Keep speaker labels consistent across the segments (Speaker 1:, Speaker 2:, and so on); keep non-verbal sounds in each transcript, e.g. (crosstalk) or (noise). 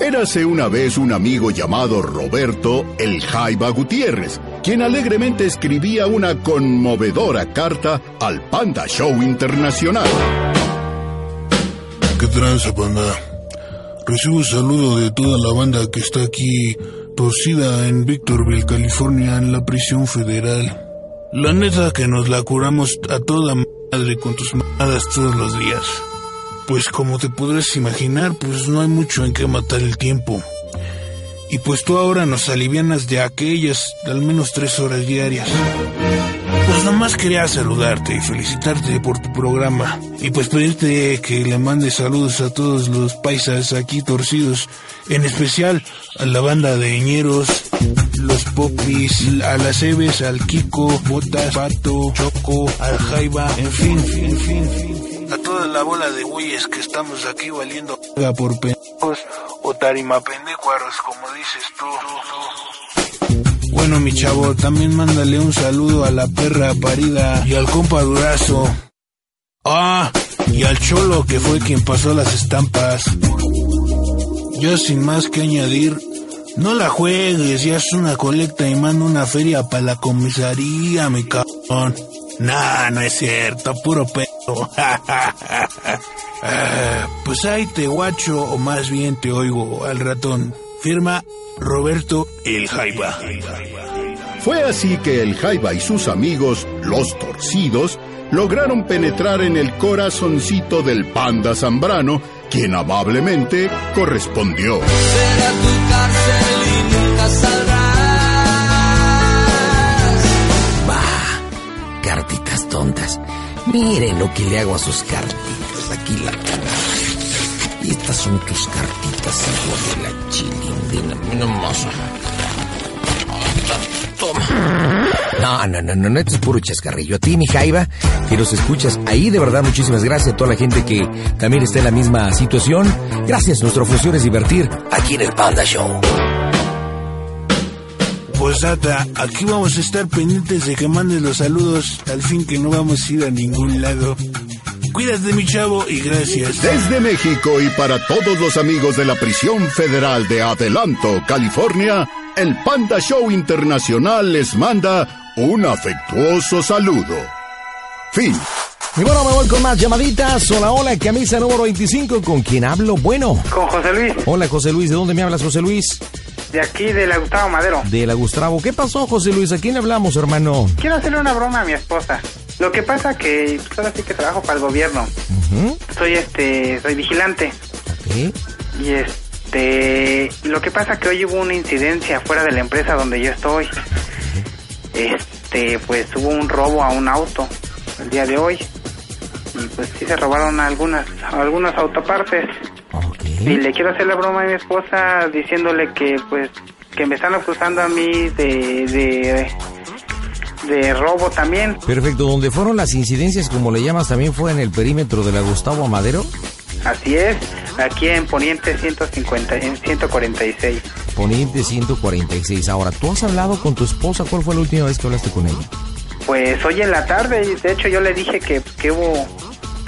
Speaker 1: Érase una vez un amigo llamado Roberto El Jaiba Gutiérrez, quien alegremente escribía una conmovedora carta al Panda Show Internacional.
Speaker 2: ¿Qué tranza, panda? Recibo un saludo de toda la banda que está aquí torcida en Victorville, California, en la prisión federal. La neta que nos la curamos a toda madre con tus mamadas todos los días. Pues como te podrás imaginar, pues no hay mucho en qué matar el tiempo. Y pues tú ahora nos alivianas de aquellas al menos tres horas diarias. Pues nomás quería saludarte y felicitarte por tu programa. Y pues pedirte que le mandes saludos a todos los paisas aquí torcidos. En especial a la banda de ñeros, los popis, a las Eves, al Kiko, Botas, Pato, Choco, al Jaiba, en fin, en fin, en fin. A toda la bola de güeyes que estamos aquí valiendo verga por pendejos o tarimapendecuaros, como dices tú. Bueno, mi chavo, también mándale un saludo a la perra parida y al compa Durazo. Ah, y al cholo que fue quien pasó las estampas. Yo sin más que añadir, no la juegues, ya es una colecta y mando una feria para la comisaría, mi cabrón. Nah, no es cierto, puro pedo. Ah, pues ahí te guacho, o más bien te oigo al ratón. Firma Roberto El Jaiba.
Speaker 1: Fue así que el Jaiba y sus amigos, los torcidos, lograron penetrar en el corazoncito del panda Zambrano, quien amablemente correspondió.
Speaker 3: Será tu cárcel y nunca saldrás.
Speaker 4: Bah, cartitas tontas. Miren lo que le hago a sus cartitas. Aquí la y estas son tus cartitas, hijo de la chilindrina. más. Toma. No, no, no, no, no, esto es puro chascarrillo. A ti, mi Jaiba, que los escuchas ahí, de verdad, muchísimas gracias a toda la gente que también está en la misma situación. Gracias, nuestra función es divertir aquí en el Panda Show.
Speaker 2: Pues Ata, aquí vamos a estar pendientes de que mandes los saludos, al fin que no vamos a ir a ningún lado. Cuídate, mi chavo, y gracias.
Speaker 1: Desde México y para todos los amigos de la prisión federal de Adelanto, California, el Panda Show Internacional les manda un afectuoso saludo. Fin.
Speaker 4: Y bueno, me voy con más llamaditas. Hola, hola, camisa número 25. ¿Con quién hablo? Bueno.
Speaker 5: Con José Luis,
Speaker 4: Hola, José Luis. ¿De dónde me hablas, José Luis?
Speaker 5: de aquí de la Gustavo Madero.
Speaker 4: De la Gustavo. ¿Qué pasó, José Luis? ¿A quién le hablamos, hermano?
Speaker 5: Quiero hacerle una broma a mi esposa. Lo que pasa que pues, ahora sí que trabajo para el gobierno.
Speaker 4: Ujú,
Speaker 5: Soy este, soy vigilante.
Speaker 4: ok.
Speaker 5: Y este, lo que pasa que hoy hubo una incidencia fuera de la empresa donde yo estoy. Este, pues hubo un robo a un auto el día de hoy. Y pues sí se robaron algunas, algunas autopartes.
Speaker 4: Ok.
Speaker 5: Y le quiero hacer la broma a mi esposa diciéndole que pues que me están acusando a mí de de, de robo también.
Speaker 4: Perfecto. ¿Dónde fueron las incidencias, como le llamas, también fue en el perímetro de la Gustavo Amadero?
Speaker 5: Así es, aquí en Poniente 150 en 146.
Speaker 4: Poniente 146. Ahora, ¿tú has hablado con tu esposa? ¿Cuál fue la última vez que hablaste con ella?
Speaker 5: Pues hoy en la tarde, y de hecho yo le dije que, que hubo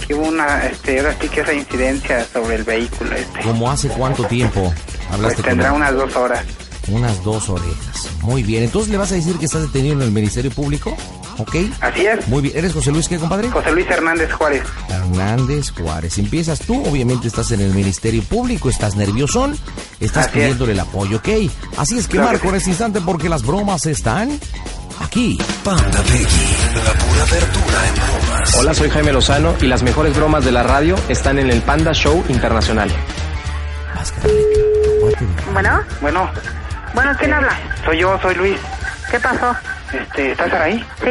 Speaker 5: que hubo una este ahora sí que esa incidencia sobre el vehículo este.
Speaker 4: ¿Cómo hace cuánto tiempo
Speaker 5: Pues
Speaker 4: hablaste con
Speaker 5: tendrá
Speaker 4: ella?
Speaker 5: unas dos horas.
Speaker 4: Unas dos orejas. Muy bien. Entonces le vas a decir que estás detenido en el Ministerio Público. ¿Ok?
Speaker 5: Así es.
Speaker 4: Muy bien. ¿Eres José Luis qué, compadre?
Speaker 5: José Luis Hernández Juárez.
Speaker 4: Hernández Juárez. Empiezas tú, obviamente estás en el Ministerio Público, estás nerviosón, estás
Speaker 5: Así es.
Speaker 4: pidiéndole el apoyo, ¿ok? Así es que
Speaker 5: Claro que
Speaker 4: marco en
Speaker 5: sí.
Speaker 4: este instante porque las bromas están aquí.
Speaker 6: Panda Peggy, la pura verdura en bromas.
Speaker 7: Hola, soy Jaime Lozano y las mejores bromas de la radio están en el Panda Show Internacional.
Speaker 4: Vas, Carlita. Acuérdate.
Speaker 8: Bueno,
Speaker 5: Bueno,
Speaker 8: bueno, ¿quién
Speaker 5: eh,
Speaker 8: habla?
Speaker 5: Soy yo, soy Luis.
Speaker 8: ¿Qué pasó?
Speaker 5: Este, ¿estás ahí?
Speaker 8: Sí.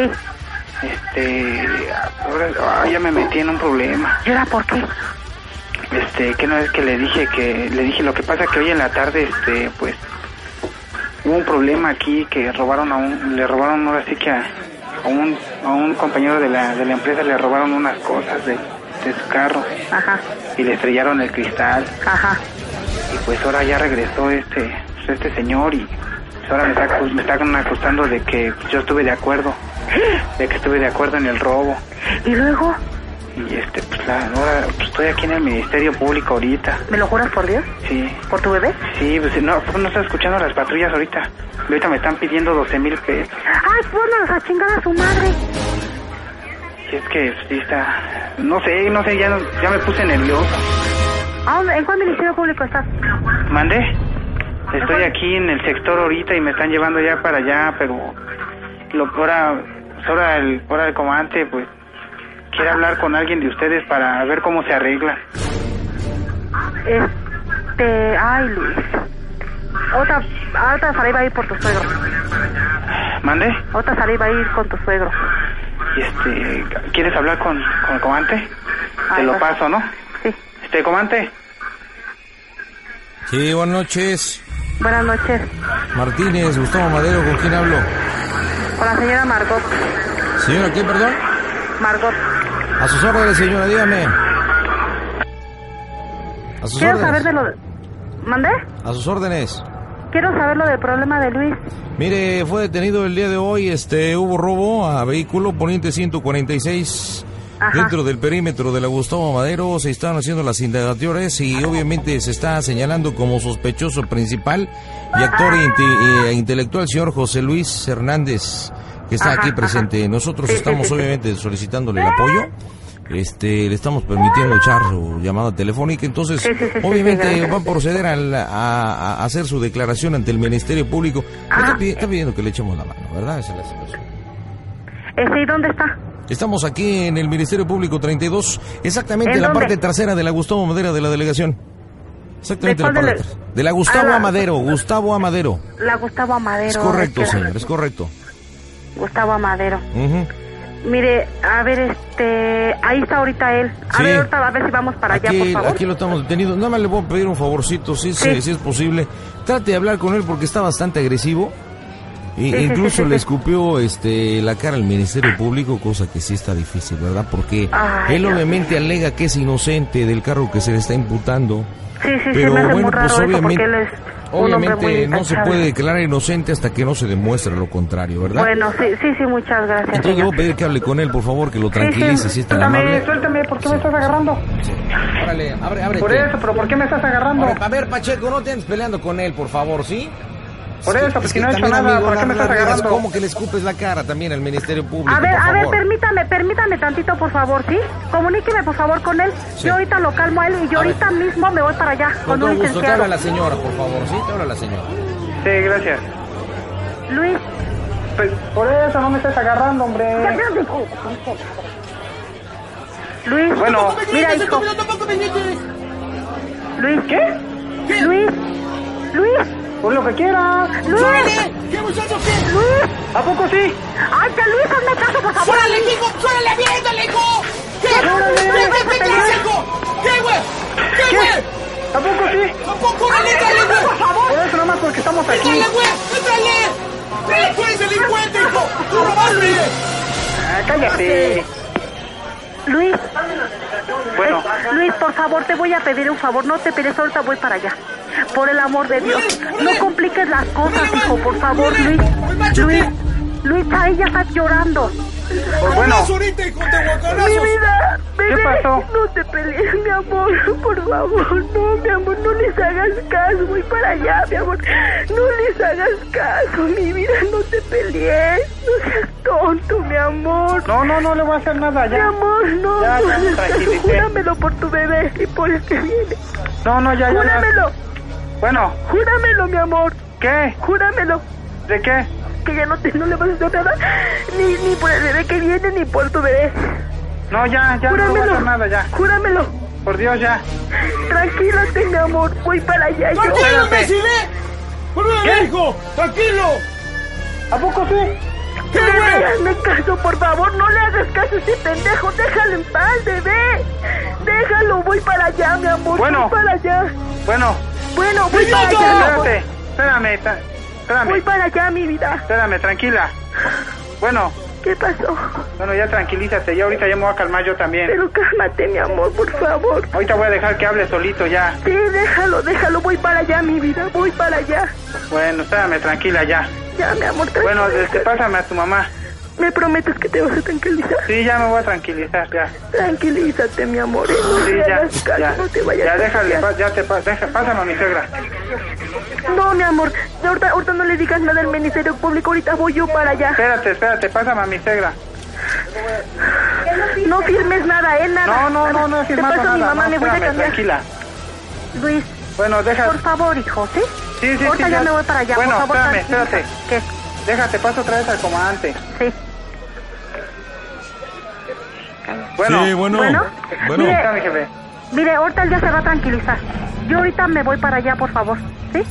Speaker 5: Este, ahora- ay, ya me metí en un problema.
Speaker 8: ¿Y ahora por qué?
Speaker 5: Este, que no es que le dije que le dije lo que pasa que hoy en la tarde este pues hubo un problema aquí que robaron a un le robaron ahora sí que a, a un a un compañero de la de la empresa le robaron unas cosas de, de su carro
Speaker 8: Ajá,
Speaker 5: y le estrellaron el cristal
Speaker 8: ajá.
Speaker 5: y pues ahora ya regresó este pues, este señor y pues, ahora me está acu- me están acusando de que yo estuve de acuerdo de que estuve de acuerdo en el robo
Speaker 8: ¿Y luego?
Speaker 5: Y este, pues la, ahora pues, estoy aquí en el Ministerio Público ahorita.
Speaker 8: ¿Me lo juras por Dios?
Speaker 5: Sí.
Speaker 8: ¿Por tu bebé?
Speaker 5: Sí, pues no, pues, no estás escuchando a las patrullas ahorita. Y ahorita me están pidiendo 12 mil pesos.
Speaker 8: ¡Ay, pues, ponlos a chingar a su madre!
Speaker 5: Si es que pues, sí está... No sé, no sé, ya, no- ya me puse nervioso.
Speaker 8: ¿A dónde- ¿En cuál ministerio público estás?
Speaker 5: ¿Mande? Estoy aquí en el sector ahorita y me están llevando ya para allá, pero... Lo, ahora, pues, ahora, el, ahora el comandante, pues... Quiere hablar con alguien de ustedes para ver cómo se arregla.
Speaker 8: Este... Ay, Luis. Otra, otra Saray va a ir por tu suegro.
Speaker 5: ¿Mande?
Speaker 8: Otra Saray va a ir con tu suegro.
Speaker 5: Este, ¿Quieres hablar con, con el comandante? Te
Speaker 8: Ahí
Speaker 5: lo
Speaker 8: va.
Speaker 5: paso, ¿no?
Speaker 8: Sí.
Speaker 5: Este, comandante.
Speaker 4: Sí, buenas noches.
Speaker 8: Buenas noches.
Speaker 4: Martínez, Gustavo Madero, ¿con quién hablo?
Speaker 8: Con la señora Margot.
Speaker 4: Señora, ¿quién, perdón?
Speaker 8: Margot.
Speaker 4: A sus órdenes, señora, dígame. A sus
Speaker 8: Quiero saber
Speaker 4: órdenes.
Speaker 8: de lo... de- ¿Mandé?
Speaker 4: A sus órdenes.
Speaker 8: Quiero saber lo del problema de Luis.
Speaker 4: Mire, fue detenido el día de hoy, este, hubo robo a vehículo poniente 146
Speaker 8: Ajá.
Speaker 4: dentro del perímetro de la Gustavo Madero, se están haciendo las indagatorias y obviamente se está señalando como sospechoso principal y actor inte- eh, intelectual señor José Luis Hernández, que está
Speaker 8: Ajá,
Speaker 4: aquí
Speaker 8: ajá.
Speaker 4: presente. Nosotros
Speaker 8: Sí, sí,
Speaker 4: estamos
Speaker 8: sí, sí.
Speaker 4: obviamente solicitándole el apoyo. Este, le estamos permitiendo echar su llamada telefónica, entonces
Speaker 8: Sí, sí, sí, sí,
Speaker 4: obviamente
Speaker 8: sí, gracias.
Speaker 4: va a proceder al- a, a hacer su declaración ante el Ministerio Público. Está,
Speaker 8: Ah.
Speaker 4: pi- está pidiendo que le echemos la mano, ¿verdad? Esa es la situación.
Speaker 8: Este, ¿y dónde está?
Speaker 4: Estamos aquí en el Ministerio Público 32, exactamente
Speaker 8: ¿En
Speaker 4: la
Speaker 8: dónde?
Speaker 4: parte trasera de la Gustavo Madero de la delegación. Exactamente
Speaker 8: ¿De
Speaker 4: la
Speaker 8: cuál
Speaker 4: parte
Speaker 8: dele-
Speaker 4: trasera. De la Gustavo
Speaker 8: Ah, la-
Speaker 4: Amadero, Gustavo Amadero.
Speaker 8: La Gustavo Amadero.
Speaker 4: Es correcto,
Speaker 8: este,
Speaker 4: señor, es correcto.
Speaker 8: Gustavo Amadero.
Speaker 4: Ujú.
Speaker 8: Mire, a ver, este... Ahí está ahorita él. A
Speaker 4: Sí.
Speaker 8: ver, ahorita a ver si vamos para allá, por
Speaker 4: Aquí,
Speaker 8: favor.
Speaker 4: aquí lo estamos detenido. Nada más le voy a pedir un favorcito, si,
Speaker 8: Sí.
Speaker 4: si- si es posible. Trate de hablar con él porque está bastante agresivo. E-
Speaker 8: Sí, sí, sí,
Speaker 4: incluso le
Speaker 8: sí, sí.
Speaker 4: escupió este, la cara al Ministerio Público, cosa que sí está difícil, ¿verdad? Porque
Speaker 8: Ay,
Speaker 4: él
Speaker 8: Dios
Speaker 4: obviamente alega que es inocente del cargo que se le está imputando.
Speaker 8: Sí, sí, sí,
Speaker 4: Pero
Speaker 8: me hace
Speaker 4: bueno,
Speaker 8: muy raro
Speaker 4: pues
Speaker 8: eso porque
Speaker 4: obviamente,
Speaker 8: él es un hombre
Speaker 4: obviamente
Speaker 8: muy
Speaker 4: no se
Speaker 8: intachable.
Speaker 4: puede declarar inocente hasta que no se demuestre lo contrario, ¿verdad?
Speaker 8: Bueno, sí, sí, sí, muchas gracias.
Speaker 4: Entonces le
Speaker 8: señor.
Speaker 4: voy a pedir que hable con él, por favor, que lo
Speaker 8: Sí,
Speaker 4: tranquilice, si es tan amable.
Speaker 5: suéltame, ¿por qué me estás agarrando?
Speaker 4: Órale, abre, ábrete.
Speaker 5: Por eso, pero ¿por qué me estás agarrando?
Speaker 4: Ahora, a ver, Pacheco, no te andes peleando con él, por favor, ¿sí?
Speaker 5: Por
Speaker 4: Es que-
Speaker 5: eso, pues,
Speaker 4: es
Speaker 5: si
Speaker 4: que
Speaker 5: no he hecho
Speaker 4: también,
Speaker 5: nada,
Speaker 4: amigo,
Speaker 5: ¿por qué
Speaker 4: las-
Speaker 5: me estás
Speaker 4: las reglas,
Speaker 5: agarrando?
Speaker 4: ¿Cómo que le escupes la cara también al Ministerio Público?
Speaker 8: A ver,
Speaker 4: por
Speaker 8: a ver,
Speaker 4: favor?
Speaker 8: permítame, permítame tantito, por favor, ¿sí? Comuníqueme, por favor, con él.
Speaker 4: Sí.
Speaker 8: Yo ahorita lo calmo a él y yo
Speaker 4: A ver.
Speaker 8: ahorita mismo me voy para allá
Speaker 4: Con
Speaker 8: con,
Speaker 4: todo gusto,
Speaker 8: un
Speaker 4: te
Speaker 8: licenciado.
Speaker 4: habla la señora, por favor, ¿sí? Te habla la señora.
Speaker 5: Sí, gracias.
Speaker 8: Luis,
Speaker 5: Pues, por eso no me estás agarrando, hombre.
Speaker 8: Luis,
Speaker 5: Bueno.
Speaker 8: mira, hijo. Luis, ¿qué? Luis, Luis,
Speaker 5: Por lo que quieras.
Speaker 8: Luis. Luis,
Speaker 5: ¿A poco sí?
Speaker 8: ay, que Luis, hazme caso, por favor.
Speaker 9: ¡Suélale, hijo! ¡Suélale, aviéntale, hijo! ¿Qué?
Speaker 8: Órale,
Speaker 9: ¿Qué, qué, qué,
Speaker 8: órale.
Speaker 9: qué haces, hijo? ¿Qué, güey? ¿Qué, güey?
Speaker 5: ¿A poco sí?
Speaker 9: ¡Tampoco,
Speaker 8: Hazme
Speaker 9: güey! ¡Étrale,
Speaker 8: caso, por
Speaker 9: güey!
Speaker 8: favor.
Speaker 5: Por eso nomás porque estamos aquí.
Speaker 9: ¡Étrale, güey! ¡Étrale! ¡Tú eres delincuente, hijo! ¡Tú robaste!
Speaker 5: Ah, cállate.
Speaker 8: Luis,
Speaker 5: Bueno,
Speaker 8: Eh, Luis, por favor, te voy a pedir un favor. No te pides, ahorita voy para allá. Por el amor de Dios. No compliques las cosas, hijo, por favor, Luis. Luis, Luis, ahí ya estás llorando.
Speaker 5: pues bueno.
Speaker 9: ¡Vas ahorita, hijo! ¡Te
Speaker 8: Mi
Speaker 9: guacanazos!
Speaker 8: vida, bebé,
Speaker 5: ¿Qué pasó?
Speaker 8: no te pelees, mi amor, por favor, no, mi amor, no les hagas caso, voy para allá, mi amor, no les hagas caso, mi vida, no te pelees, no seas tonto, mi amor.
Speaker 5: No, no, no le voy a hacer nada
Speaker 8: Mi
Speaker 5: ya.
Speaker 8: amor, no,
Speaker 5: Ya, ya,
Speaker 8: no,
Speaker 5: tranquilicé.
Speaker 8: júramelo por tu bebé y por el que viene.
Speaker 5: No, no, ya, ya. ya.
Speaker 8: Júramelo,
Speaker 5: Bueno,
Speaker 8: júramelo, mi amor,
Speaker 5: ¿qué?
Speaker 8: júramelo
Speaker 5: ¿De qué?
Speaker 8: que ya no, te, no le vas a hacer nada, ni, ni por el bebé que viene, ni por tu bebé.
Speaker 5: No, ya, ya no le voy a
Speaker 8: Júramelo,
Speaker 5: hacer nada ya.
Speaker 8: júramelo.
Speaker 5: Por Dios, ya.
Speaker 8: Tranquílate, mi amor, voy para allá. Yo.
Speaker 9: ¡Tranquilo,
Speaker 5: Espérate.
Speaker 9: imbécile! ¡Vuelve, hijo! ¡Tranquilo!
Speaker 5: ¿A poco sí?
Speaker 9: ¿Qué, güey?
Speaker 8: Hazme caso, por favor, no le hagas caso a ese pendejo, déjalo en paz, bebé. Déjalo, voy para allá, mi amor,
Speaker 5: Bueno.
Speaker 8: voy para allá.
Speaker 5: Bueno,
Speaker 8: Bueno, voy para
Speaker 9: ¡Idiota!
Speaker 8: allá, mi amor.
Speaker 5: espérate. Espérame, ta-
Speaker 8: voy
Speaker 5: espérame,
Speaker 8: para allá, mi vida.
Speaker 5: espérame, tranquila. Bueno,
Speaker 8: ¿Qué pasó?
Speaker 5: bueno, ya tranquilízate. Ya ahorita ya me voy a calmar yo también.
Speaker 8: Pero cálmate, mi amor, por favor.
Speaker 5: Ahorita voy a dejar que hable solito ya.
Speaker 8: Sí, déjalo, déjalo, voy para allá, mi vida, voy para allá.
Speaker 5: Bueno, espérame, tranquila ya.
Speaker 8: Ya, mi amor,
Speaker 5: Bueno,
Speaker 8: tranquilízate.
Speaker 5: este, pásame a tu mamá.
Speaker 8: ¿Me prometes que te vas a tranquilizar?
Speaker 5: Sí, ya me voy a tranquilizar, ya.
Speaker 8: Tranquilízate, mi amor. y No
Speaker 5: Sí,
Speaker 8: le
Speaker 5: ya,
Speaker 8: hagas caso,
Speaker 5: ya.
Speaker 8: no te vayas
Speaker 5: Ya
Speaker 8: a
Speaker 5: déjale,
Speaker 8: confiar.
Speaker 5: pa- ya te pa- deja, pásame a mi suegra.
Speaker 8: No, mi amor. Ahorita, ahorita no le digas nada al Ministerio Público. Ahorita voy yo para allá.
Speaker 5: Espérate, espérate, pásame a mi suegra.
Speaker 8: No firmes nada, ¿eh? Nada.
Speaker 5: No, no, no, no he
Speaker 8: Te
Speaker 5: firmado
Speaker 8: paso
Speaker 5: nada.
Speaker 8: a mi mamá,
Speaker 5: no,
Speaker 8: me voy a
Speaker 5: espérame,
Speaker 8: cambiar.
Speaker 5: tranquila.
Speaker 8: Luis,
Speaker 5: Bueno, deja.
Speaker 8: por favor, hijo, ¿sí?
Speaker 5: Sí, sí,
Speaker 8: Ahorita
Speaker 5: sí,
Speaker 8: ya
Speaker 5: ya.
Speaker 8: me voy para allá.
Speaker 5: Bueno,
Speaker 8: por favor,
Speaker 5: espérame,
Speaker 8: tranquilízate.
Speaker 5: espérate. Déjate, paso otra vez al comandante.
Speaker 8: ¿Qué? Sí.
Speaker 5: Bueno,
Speaker 4: sí, bueno.
Speaker 8: Bueno,
Speaker 4: Bueno.
Speaker 8: mire,
Speaker 5: está mi jefe.
Speaker 8: mire, ahorita él ya se va a tranquilizar. Yo ahorita me voy para allá, por favor, ¿sí?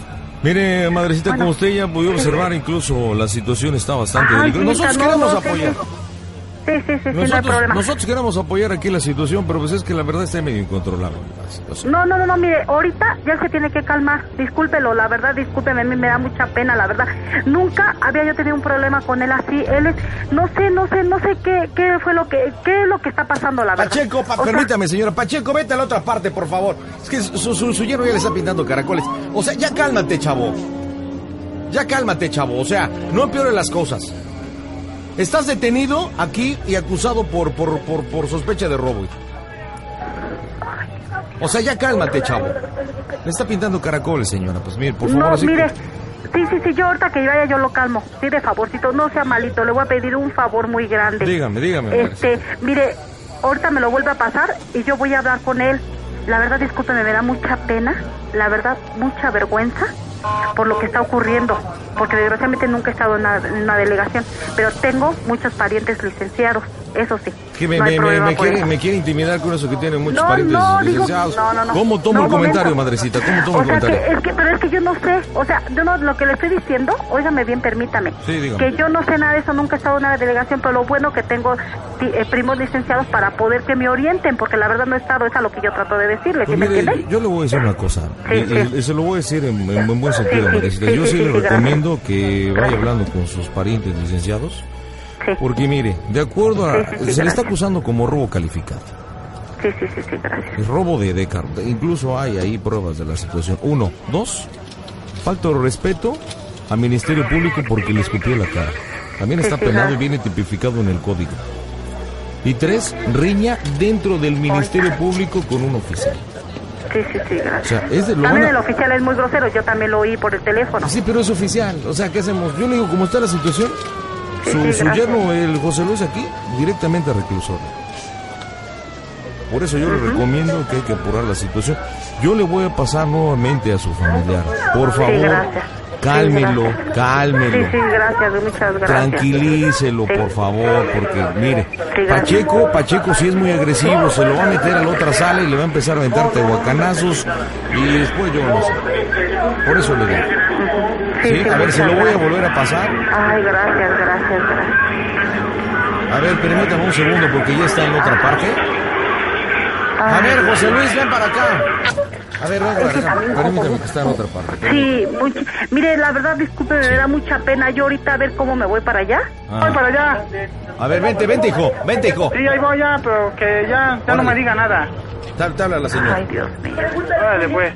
Speaker 4: Mire, madrecita, como usted ya pudo observar, incluso la situación está bastante
Speaker 8: Ay,
Speaker 4: delicada.
Speaker 8: sí,
Speaker 4: Nosotros
Speaker 8: no,
Speaker 4: queremos
Speaker 8: no, sí,
Speaker 4: apoyar.
Speaker 8: Sí, sí, sí, sí, no hay
Speaker 4: Nosotros,
Speaker 8: problema.
Speaker 4: nosotros queremos apoyar aquí la situación, pero pues es que la verdad está medio incontrolable la situación.
Speaker 8: No, no, no, no, mire, ahorita ya se tiene que calmar. Discúlpelo, la verdad, discúlpeme, a mí me da mucha pena, la verdad. Nunca había yo tenido un problema con él así. Él es, no sé, no sé, no sé qué, qué fue lo que, qué es lo que está pasando, la verdad.
Speaker 10: Pacheco, pa-
Speaker 8: O sea,
Speaker 10: permítame, señora. Pacheco, vete a la otra parte, por favor. Es que su, su, su yerno ya le está pintando caracoles. O sea, ya cálmate, chavo. Ya cálmate, chavo. O sea, no empeore las cosas. Estás detenido aquí y acusado por, por, por, por sospecha de robo. hijo. O sea, ya cálmate, chavo. Le está pintando caracoles, señora. Pues mire, por favor.
Speaker 8: no,
Speaker 10: así que-
Speaker 8: mire, sí, sí, sí, yo ahorita que vaya yo lo calmo. Sí, de favorcito, no sea malito, le voy a pedir un favor muy grande.
Speaker 4: Dígame, dígame. madrecita.
Speaker 8: Este, mire, ahorita me lo vuelve a pasar y yo voy a hablar con él. La verdad, discúlpeme, me da mucha pena, la verdad, mucha vergüenza por lo que está ocurriendo, porque desgraciadamente nunca he estado en una, en una delegación, pero tengo muchos parientes licenciados, eso sí.
Speaker 4: Que me,
Speaker 8: no hay
Speaker 4: me- me-
Speaker 8: problema
Speaker 4: me
Speaker 8: por
Speaker 4: quiere,
Speaker 8: eso.
Speaker 4: me quiere intimidar con eso que tiene muchos
Speaker 8: No,
Speaker 4: parientes
Speaker 8: no, digo-
Speaker 4: licenciados.
Speaker 8: no, no, no.
Speaker 4: ¿Cómo tomo
Speaker 8: No,
Speaker 4: el comentario,
Speaker 8: momento.
Speaker 4: madrecita? ¿Cómo tomo
Speaker 8: o
Speaker 4: el
Speaker 8: sea
Speaker 4: comentario?
Speaker 8: Que, es que, pero es que yo no sé, o sea, yo no, lo que le estoy diciendo, óigame bien, permítame,
Speaker 4: Sí, dígame.
Speaker 8: que yo no sé nada de eso, nunca he estado en una delegación, pero lo bueno que tengo ti- eh, primos licenciados para poder que me orienten, porque la verdad no he estado, es a lo que yo trato de decirle, ¿sí
Speaker 4: Pues
Speaker 8: me
Speaker 4: mire,
Speaker 8: entiendes?
Speaker 4: yo, yo le voy a decir una cosa,
Speaker 8: Sí,
Speaker 4: y- y-
Speaker 8: sí.
Speaker 4: y se lo voy a decir en, en buen- buen sentido,
Speaker 8: Sí, sí,
Speaker 4: madrecita.
Speaker 8: sí,
Speaker 4: Yo
Speaker 8: sí,
Speaker 4: sí,
Speaker 8: sí,
Speaker 4: le
Speaker 8: sí, gracias.
Speaker 4: recomiendo que vaya hablando con sus parientes licenciados,
Speaker 8: Sí,
Speaker 4: porque mire, de acuerdo
Speaker 8: Sí,
Speaker 4: a... se
Speaker 8: sí, sí,
Speaker 4: le está
Speaker 8: gracias.
Speaker 4: acusando como robo calificado,
Speaker 8: sí, sí, sí, sí, gracias.
Speaker 4: el robo de, de car- incluso hay ahí pruebas de la situación. Uno, dos, falta de respeto al Ministerio Público porque le escupió la cara. También
Speaker 8: Sí,
Speaker 4: está
Speaker 8: sí,
Speaker 4: penado
Speaker 8: claro.
Speaker 4: y viene tipificado en el código. Y tres, riña dentro del Ministerio Público con un oficial.
Speaker 8: Sí, sí, sí,
Speaker 4: O
Speaker 8: gracias.
Speaker 4: sea, es de lo
Speaker 8: También
Speaker 4: van a-
Speaker 8: el oficial es muy grosero, yo también lo oí por el teléfono.
Speaker 4: Sí, pero es oficial. O sea, ¿qué hacemos? Yo le digo, ¿cómo está la situación?
Speaker 8: Sí,
Speaker 4: Su,
Speaker 8: sí,
Speaker 4: su
Speaker 8: gracias.
Speaker 4: yerno, el José Luis, aquí, directamente a reclusorio. Por eso yo le recomiendo que hay que apurar la situación. Yo le voy a pasar nuevamente a su familiar. Por
Speaker 8: Sí,
Speaker 4: favor,
Speaker 8: gracias. Sí,
Speaker 4: cálmelo,
Speaker 8: gracias.
Speaker 4: cálmelo.
Speaker 8: Sí, sí, gracias, muchas gracias.
Speaker 4: Tranquilícelo,
Speaker 8: Sí.
Speaker 4: por favor, porque mire,
Speaker 8: gracias.
Speaker 4: Pacheco, Pacheco sí es muy agresivo, se lo va a meter a la otra sala y le va a empezar a aventar tehuacanazos y después yo no sé. Por eso le digo.
Speaker 8: Sí,
Speaker 4: Sí,
Speaker 8: sí,
Speaker 4: a ver, se lo
Speaker 8: muchas
Speaker 4: voy a
Speaker 8: gracias.
Speaker 4: volver a pasar.
Speaker 8: Ay, gracias, gracias, gracias.
Speaker 4: A ver, permítame un segundo porque ya está en otra parte.
Speaker 5: Ah.
Speaker 4: A ver, José Luis, ven para acá. A ver, ven para acá. Permítame que está en otra parte.
Speaker 8: Sí, much- mire, la verdad, disculpe, me da mucha pena. Yo ahorita a ver cómo me voy para allá.
Speaker 4: Ah.
Speaker 5: Voy para allá.
Speaker 10: A ver, vente, vente, hijo. Vente, hijo.
Speaker 5: Sí, ahí voy ya, pero que ya, ya no me diga nada.
Speaker 10: Te, te habla la señora.
Speaker 8: Ay, Dios mío.
Speaker 5: Órale, pues.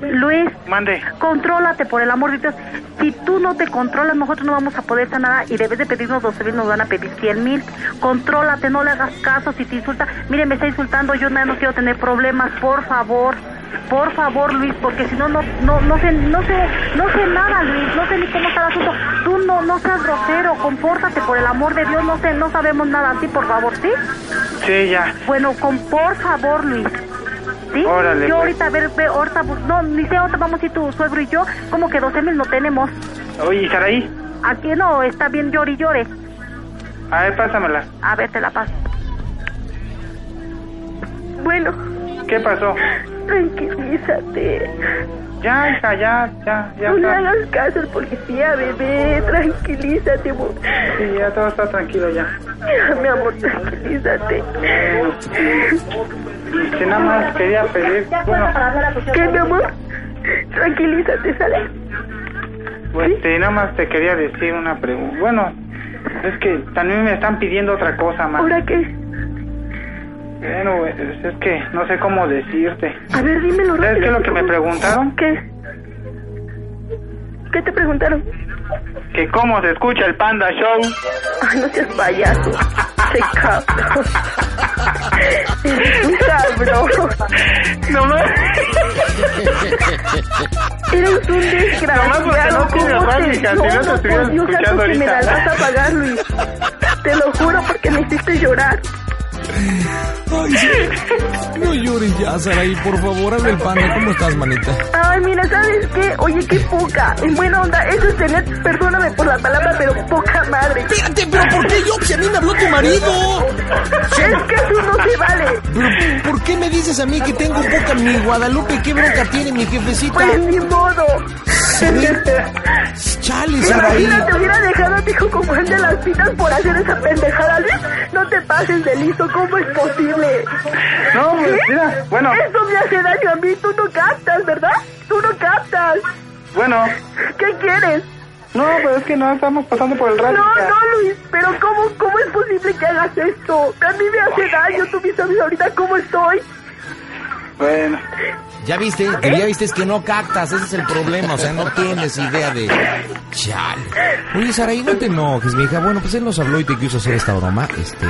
Speaker 8: Luis,
Speaker 5: Mande.
Speaker 8: contrólate, por el amor de Dios. Si tú no te controlas, nosotros no vamos a poder hacer nada y debes de pedirnos 12 mil, nos van a pedir 100 mil. Contrólate, no le hagas caso si te insulta. Mire, me está insultando, yo no no quiero tener problemas, por favor. Por favor, Luis, porque si no, no, no, no sé, no sé, no sé nada, Luis, no sé ni cómo está el asunto. Tú no, no seas grosero, compórtate, por el amor de Dios, no sé, no sabemos nada, sí, por favor, sí.
Speaker 5: Sí, ya.
Speaker 8: Bueno, con por favor, Luis. ¿Sí?
Speaker 5: Órale,
Speaker 8: yo
Speaker 5: pues.
Speaker 8: ahorita, a ver, ve, ahorita, pues, no, ni sé, ahorita vamos a ir tu suegro y yo, como que 12 mil no tenemos.
Speaker 5: Oye, ¿y Saraí?
Speaker 8: Aquí no, está bien, llore y llore.
Speaker 5: A ver, pásamela.
Speaker 8: A ver, te la paso. Bueno,
Speaker 5: ¿Qué pasó?
Speaker 8: tranquilízate.
Speaker 5: Ya, hija, ya, ya, ya.
Speaker 8: No le
Speaker 5: está.
Speaker 8: hagas caso al policía, bebé. Tranquilízate, amor.
Speaker 5: Sí, ya todo está tranquilo ya.
Speaker 8: Mi amor, tranquilízate.
Speaker 5: Que nada más quería pedir, bueno,
Speaker 8: ¿Qué, mi amor? Tranquilízate, ¿sale?
Speaker 5: este, nada más te quería decir una pregunta. Bueno, es que también me están pidiendo otra cosa más.
Speaker 8: ¿Ahora qué?
Speaker 5: Bueno, pues, es que no sé cómo decirte.
Speaker 8: A ver, dímelo
Speaker 5: ¿Sabes qué es
Speaker 8: rápido,
Speaker 5: lo que me
Speaker 8: por favor.
Speaker 5: preguntaron?
Speaker 8: ¿Qué? ¿Qué te preguntaron?
Speaker 5: que cómo se escucha el Panda Show.
Speaker 11: Ay, no seas payaso. Se cabrón. Eres un cabrón.
Speaker 5: No más.
Speaker 11: Eres un desgraciado.
Speaker 5: Nomás porque no tienes radio,
Speaker 11: te-
Speaker 5: si no te estuvieras
Speaker 11: por Dios,
Speaker 5: escuchando
Speaker 11: santo, que me la
Speaker 5: ahorita.
Speaker 11: vas a pagar, Luis. Te lo juro porque me hiciste llorar.
Speaker 12: Ay, sí. No llores ya, Saraí, por favor, habla el panda. ¿Cómo estás, manita?
Speaker 11: Ay, mira, ¿sabes qué? Oye, qué poca. En buena onda, eso es tener, perdóname por la palabra, pero poca madre.
Speaker 12: Espérate, pero ¿por qué yo? Si a mí me habló tu marido.
Speaker 11: Es que eso no se vale.
Speaker 12: Pero, ¿por qué me dices a mí que tengo poca mi Guadalupe? ¿Qué bronca tiene mi jefecita?
Speaker 11: Pues ni modo.
Speaker 12: Chale, Saraí.
Speaker 11: Imagina, te hubiera dejado a tu hijo con Juan de las Pitas por hacer esa pendejada, Luis. No te pases de listo, ¿cómo es posible?
Speaker 5: No, pues,
Speaker 11: ¿Qué?
Speaker 5: mira, bueno.
Speaker 11: Esto me hace daño a mí, tú no captas, ¿verdad? Tú no captas.
Speaker 5: Bueno,
Speaker 11: ¿Qué quieres?
Speaker 5: no, pero es que no estamos pasando por el
Speaker 11: No,
Speaker 5: radio. o sea,
Speaker 11: no, Luis, pero ¿cómo, cómo es posible que hagas esto? A mí me hace daño, tú me sabes ahorita cómo estoy.
Speaker 5: Bueno,
Speaker 12: Ya viste, que ya viste es que no captas, ese es el problema, o sea, no tienes idea de... Chale. Oye, Saraí, no te enojes, mija. Bueno, pues él nos habló y te quiso hacer esta broma, este...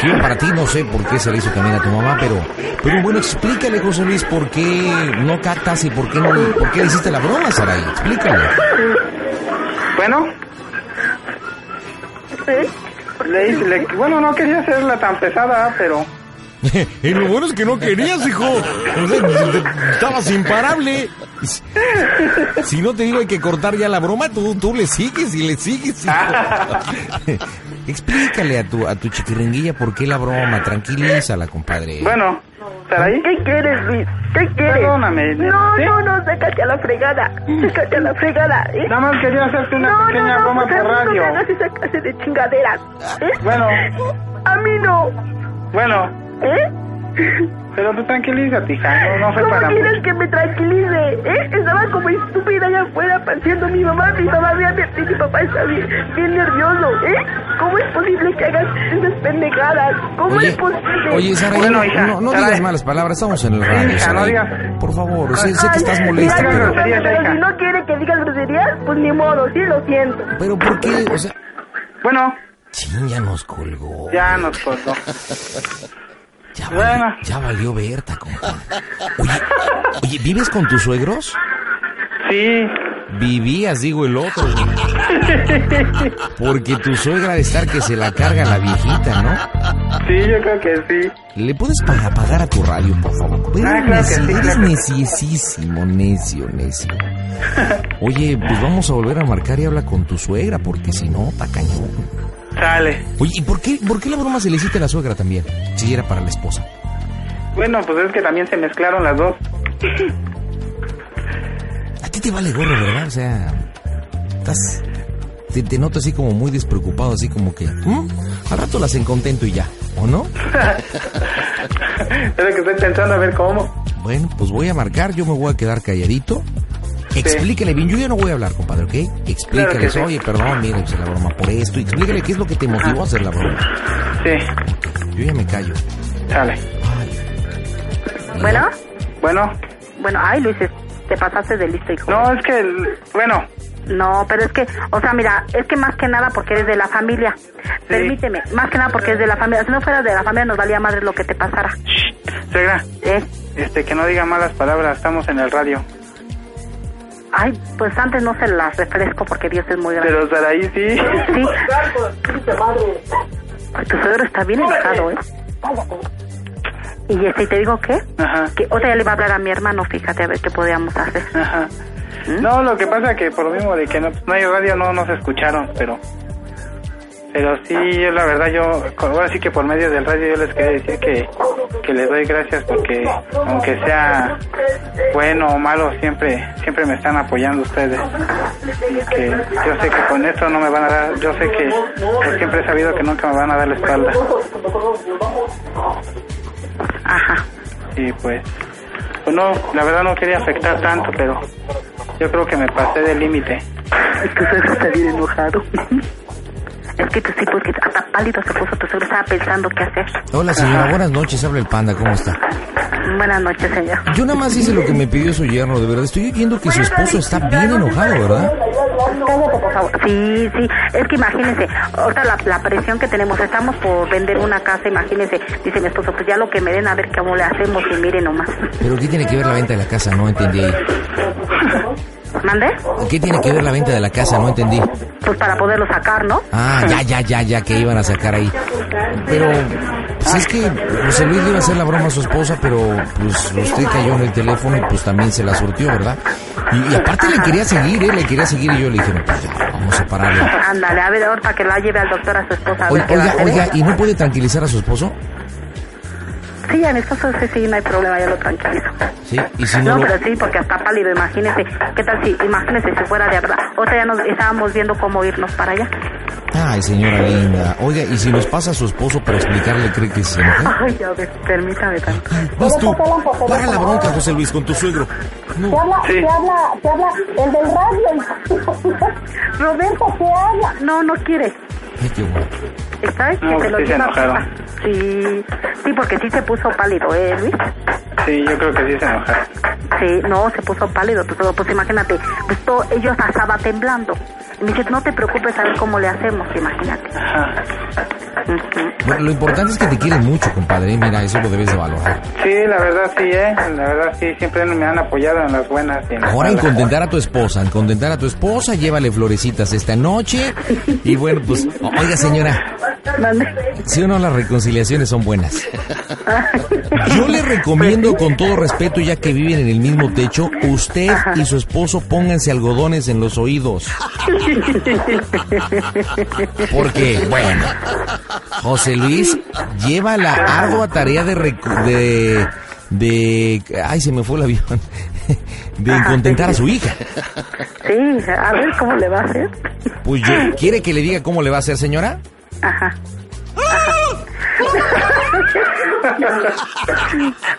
Speaker 12: que Yo para ti no sé por qué se le hizo también a tu mamá, pero... Pero bueno, explícale, José Luis, por qué no captas y por qué no... le- ¿Por qué le hiciste la broma, Saraí? Explícale.
Speaker 5: bueno,
Speaker 11: ¿Eh?
Speaker 5: le, hice- le- bueno, no quería hacerla tan pesada, pero
Speaker 12: (laughs) y lo bueno es que no querías, hijo. O sea, te- te- estabas imparable. Si no te digo hay que cortar ya la broma, tú, tú le sigues y le sigues. hijo.
Speaker 5: (laughs)
Speaker 12: Explícale a tu, a tu chiquiringuilla por qué la broma. Tranquilízala, compadre.
Speaker 5: bueno, ¿estará ahí?
Speaker 11: ¿Qué quieres, Luis? ¿Qué
Speaker 5: Pues,
Speaker 11: quieres?
Speaker 5: Perdóname, nena,
Speaker 11: No,
Speaker 5: ¿sí?
Speaker 11: no, no, sácate a la fregada. Sácate a la fregada, ¿eh?
Speaker 5: Nada más quería hacerte una
Speaker 11: no,
Speaker 5: pequeña
Speaker 11: no, no,
Speaker 5: broma
Speaker 11: pues a
Speaker 5: por
Speaker 11: mí No
Speaker 5: radio.
Speaker 11: me hagas esa clase de chingaderas. ¿eh?
Speaker 5: Bueno.
Speaker 11: A mí no.
Speaker 5: Bueno,
Speaker 11: ¿Eh?
Speaker 5: pero tú tranquilízate, hija, no, no fue
Speaker 11: ¿Cómo
Speaker 5: para
Speaker 11: quieres
Speaker 5: mucho.
Speaker 11: que me tranquilice? ¿Eh? Estaba como estúpida allá afuera pareciendo mi mamá. Mi mamá, fíjate, mi, mi papá está bien, bien nervioso. ¿Eh? ¿Cómo es posible que hagas esas pendejadas? ¿Cómo
Speaker 4: Oye,
Speaker 11: es posible?
Speaker 4: oye Saraí,
Speaker 5: pues, Bueno,
Speaker 4: no-
Speaker 5: hija,
Speaker 4: no, no
Speaker 5: Saraí.
Speaker 4: digas malas palabras, estamos en el
Speaker 5: hija,
Speaker 4: radio,
Speaker 5: no
Speaker 4: Saraí.
Speaker 5: digas.
Speaker 4: Por favor, sé, sé
Speaker 11: Ay,
Speaker 4: que estás
Speaker 11: mira,
Speaker 4: molesta,
Speaker 11: mira,
Speaker 4: pero...
Speaker 5: groserías,
Speaker 11: pero
Speaker 5: hija.
Speaker 11: si no quiere que digas groserías, pues ni modo, sí lo siento.
Speaker 4: Pero ¿por qué? O sea...
Speaker 5: Bueno,
Speaker 4: Chin, ya nos colgó.
Speaker 5: ya nos cortó.
Speaker 4: Ya valió,
Speaker 5: Bueno.
Speaker 4: ya valió Berta, compadre. Oye, oye, ¿vives con tus suegros?
Speaker 5: Sí,
Speaker 4: Vivías, digo el otro. güey. Porque tu suegra ha de estar que se la carga la viejita, ¿no?
Speaker 5: sí, yo creo que sí.
Speaker 4: ¿Le puedes pa- apagar a tu radio, por favor? Eres,
Speaker 5: Ah, claro que
Speaker 4: neci-
Speaker 5: sí,
Speaker 4: eres
Speaker 5: claro que sí.
Speaker 4: neciesísimo, necio, necio. Oye, pues vamos a volver a marcar y habla con tu suegra, porque si no, está cañón.
Speaker 5: Sale.
Speaker 4: Oye, ¿y por qué, por qué la broma se le hiciste a la suegra también? Si era para la esposa.
Speaker 5: Bueno, pues es que también se mezclaron las dos.
Speaker 4: A ti te vale gorro, ¿verdad? O sea, estás... Te, te noto así como muy despreocupado, así como que... ¿hmm? Al rato las encontento y ya, ¿o no?
Speaker 5: Es lo que estoy pensando a ver cómo.
Speaker 4: Bueno, pues voy a marcar, yo me voy a quedar calladito. Explícale bien, yo ya no voy a hablar, compadre, ¿ok? Explícale,
Speaker 5: Claro que sí.
Speaker 4: oye, perdón, mire, hice la broma por esto. y Explícale qué es lo que te motivó a hacer la broma.
Speaker 5: Sí,
Speaker 4: Yo ya me callo.
Speaker 5: sale.
Speaker 11: Bueno,
Speaker 5: Bueno,
Speaker 11: bueno, ay, Luis, es- te pasaste de listo, hijo.
Speaker 5: no, es que, el- bueno,
Speaker 11: No, pero es que, o sea, mira, es que más que nada porque eres de la familia. Permíteme, más que nada porque eres de la familia. Si no fueras de la familia, nos valía madre lo que te pasara.
Speaker 5: shh, suegra,
Speaker 11: ¿eh?
Speaker 5: este, que no diga malas palabras, estamos en el radio.
Speaker 11: Ay, pues antes no se las refresco porque Dios es muy grande.
Speaker 5: Pero Saraí sí. (laughs)
Speaker 11: Sí. Ay, tu suegro está bien enojado, ¿eh? Y este, ¿y te digo qué?
Speaker 5: Ajá,
Speaker 11: Que otra ya le va a hablar a mi hermano, fíjate, a ver qué podíamos hacer.
Speaker 5: ajá. No, lo que pasa que por lo mismo de que no, no hay radio, no nos escucharon, pero... Pero sí, yo la verdad, yo, con- ahora sí que por medio del radio yo les quería decir que, que les doy gracias porque, aunque sea bueno o malo, siempre, siempre me están apoyando ustedes. Que yo sé que con esto no me van a dar, yo sé que que siempre he sabido que nunca me van a dar la espalda.
Speaker 11: Ajá.
Speaker 5: Y pues, pues no, la verdad no quería afectar tanto, pero yo creo que me pasé del límite.
Speaker 11: Ay, tu suegro está bien enojado. Es que tú sí, porque hasta pálido se puso tu suegro, estaba pensando qué hacer.
Speaker 4: Hola, señora, buenas noches, habla el panda, ¿cómo está?
Speaker 11: Buenas noches, señor.
Speaker 4: Yo nada más hice lo que me pidió su yerno, de verdad. Estoy oyendo que su esposo está bien enojado, ¿verdad?
Speaker 8: Cállate, por favor. Sí, sí. Es que imagínense, ahorita la, la presión que tenemos, estamos por vender una casa, imagínense. Dice mi esposo, pues ya lo que me den, a ver cómo le hacemos y miren nomás.
Speaker 4: ¿Pero qué tiene que ver la venta de la casa? No entendí ahí.
Speaker 8: ¿Mande?
Speaker 4: ¿Qué tiene que ver la venta de la casa? No entendí.
Speaker 8: Pues para poderlo sacar, ¿no?
Speaker 4: Ah, ya, ya, ya, ya, que iban a sacar ahí. Pero, si es que José Luis le iba a hacer la broma a su esposa, pero pues usted cayó en el teléfono y pues también se la surtió, ¿verdad? Y, y aparte le quería seguir, ¿eh? Le quería seguir y yo le dije, no, pues ya, vamos a pararlo.
Speaker 8: Ándale, a ver, ahorita que la lleve al doctor a su esposa. A ver
Speaker 4: Oiga,
Speaker 8: qué va a
Speaker 4: Ah. oiga,
Speaker 8: hacer. ¿eh?
Speaker 4: oiga, ¿y no puede tranquilizar a su esposo?
Speaker 8: Sí, a mi esposo sí, sí, no hay problema, yo lo tranquilizo.
Speaker 4: Sí, y si no
Speaker 8: No,
Speaker 4: lo...
Speaker 8: pero sí, porque está pálido, imagínese. ¿Qué tal si, imagínese si fuera de verdad? Ahorita ya nos estábamos viendo cómo irnos para allá.
Speaker 4: Ay, señora linda. Oiga, ¿y si los pasa a su esposo para explicarle, cree que se enoja?
Speaker 8: Ay, ya ves, permítame tanto.
Speaker 4: Vas tú, para la bronca, José Luis, con tu suegro.
Speaker 11: ¿Qué habla? ¿Qué habla? ¿Qué habla? El del radio.
Speaker 8: (laughs) Roberto, ¿qué habla? No, no quiere.
Speaker 4: Ay, qué guapo.
Speaker 8: ¿Sabes?
Speaker 5: No,
Speaker 8: que se lo
Speaker 5: sí se
Speaker 8: lleva
Speaker 5: enojaron.
Speaker 8: papá. Sí, sí, porque sí se puso pálido, ¿eh, Luis?
Speaker 5: Sí, yo creo que sí se enojaron.
Speaker 8: Sí, no, se puso pálido, pues, todo, pues imagínate, pues todo, ellos estaba temblando. Y me dice, no te preocupes, a ver cómo le hacemos, imagínate. Ujú.
Speaker 4: Bueno, lo importante es que te quieren mucho, compadre. Mira, eso lo debes de valorar.
Speaker 5: Sí, la verdad sí, ¿eh? La verdad sí, siempre me han apoyado en las buenas y en las
Speaker 4: Ahora en
Speaker 5: malas.
Speaker 4: contentar a tu esposa, en contentar a tu esposa, llévale florecitas esta noche. Y bueno, pues, o- oiga señora, si o no las reconciliaciones son buenas. Yo le recomiendo con todo respeto, ya que viven en el mismo techo, usted y su esposo pónganse algodones en los oídos. Porque, bueno, José Luis lleva la ardua tarea de, recu- de, de- Ay, se me fue el avión. De contentar a su hija.
Speaker 8: Sí, a ver cómo le va a hacer.
Speaker 4: Pues yo- ¿quiere que le diga cómo le va a hacer, señora?
Speaker 8: Ajá.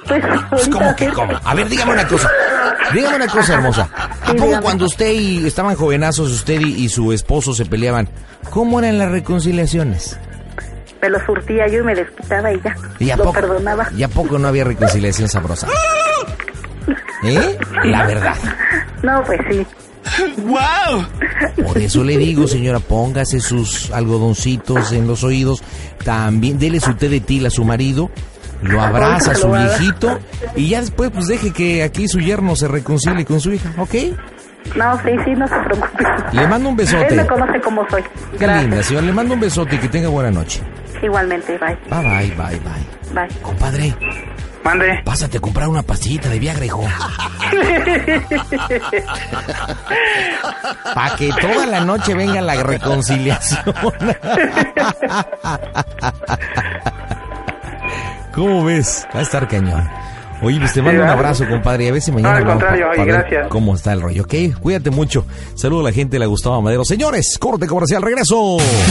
Speaker 8: Pues,
Speaker 4: Pues, ¿cómo que cómo? A ver, dígame una cosa. Dígame una cosa, hermosa. ¿A poco cuando usted y estaban jovenazos, usted y, y su esposo se peleaban, cómo eran las reconciliaciones?
Speaker 8: me lo surtía yo y me desquitaba y ya.
Speaker 4: ¿Y a
Speaker 8: lo
Speaker 4: poco?
Speaker 8: perdonaba.
Speaker 4: ¿Y a poco no había reconciliación sabrosa? ¿Eh? La verdad.
Speaker 8: No, pues sí.
Speaker 4: ¡Wow! Por eso le digo, señora, póngase sus algodoncitos en los oídos. También dele su té de til a su marido. Lo abraza a su viejito. Y ya después, pues deje que aquí su yerno se reconcilie con su hija, ¿ok?
Speaker 8: No, sí, sí, no se preocupe.
Speaker 4: Le mando un
Speaker 8: Él me
Speaker 4: besote.
Speaker 8: conoce como soy.
Speaker 4: Qué
Speaker 8: (laughs)
Speaker 4: linda, señora. Le mando un besote y que tenga buena noche.
Speaker 8: Igualmente, bye,
Speaker 4: Bye, bye, bye, bye.
Speaker 8: bye.
Speaker 4: Compadre.
Speaker 5: Mande.
Speaker 4: Pásate a comprar una pastillita de Viagra,
Speaker 5: (laughs)
Speaker 4: hijo. Pa' que toda la noche venga la reconciliación. ¿Cómo ves? Va a estar cañón. Oye, pues te
Speaker 5: Sí,
Speaker 4: mando un
Speaker 5: ¿verdad?
Speaker 4: abrazo, compadre. y A ver si
Speaker 5: No,
Speaker 4: mañana
Speaker 5: al
Speaker 4: hablamos
Speaker 5: contrario,
Speaker 4: pa-
Speaker 5: y
Speaker 4: pa' ver
Speaker 5: gracias.
Speaker 4: ¿Cómo está el rollo? ¿Ok? Cuídate mucho. Saludo a la gente de la Gustavo Madero. Señores, corte comercial, regreso.
Speaker 13: La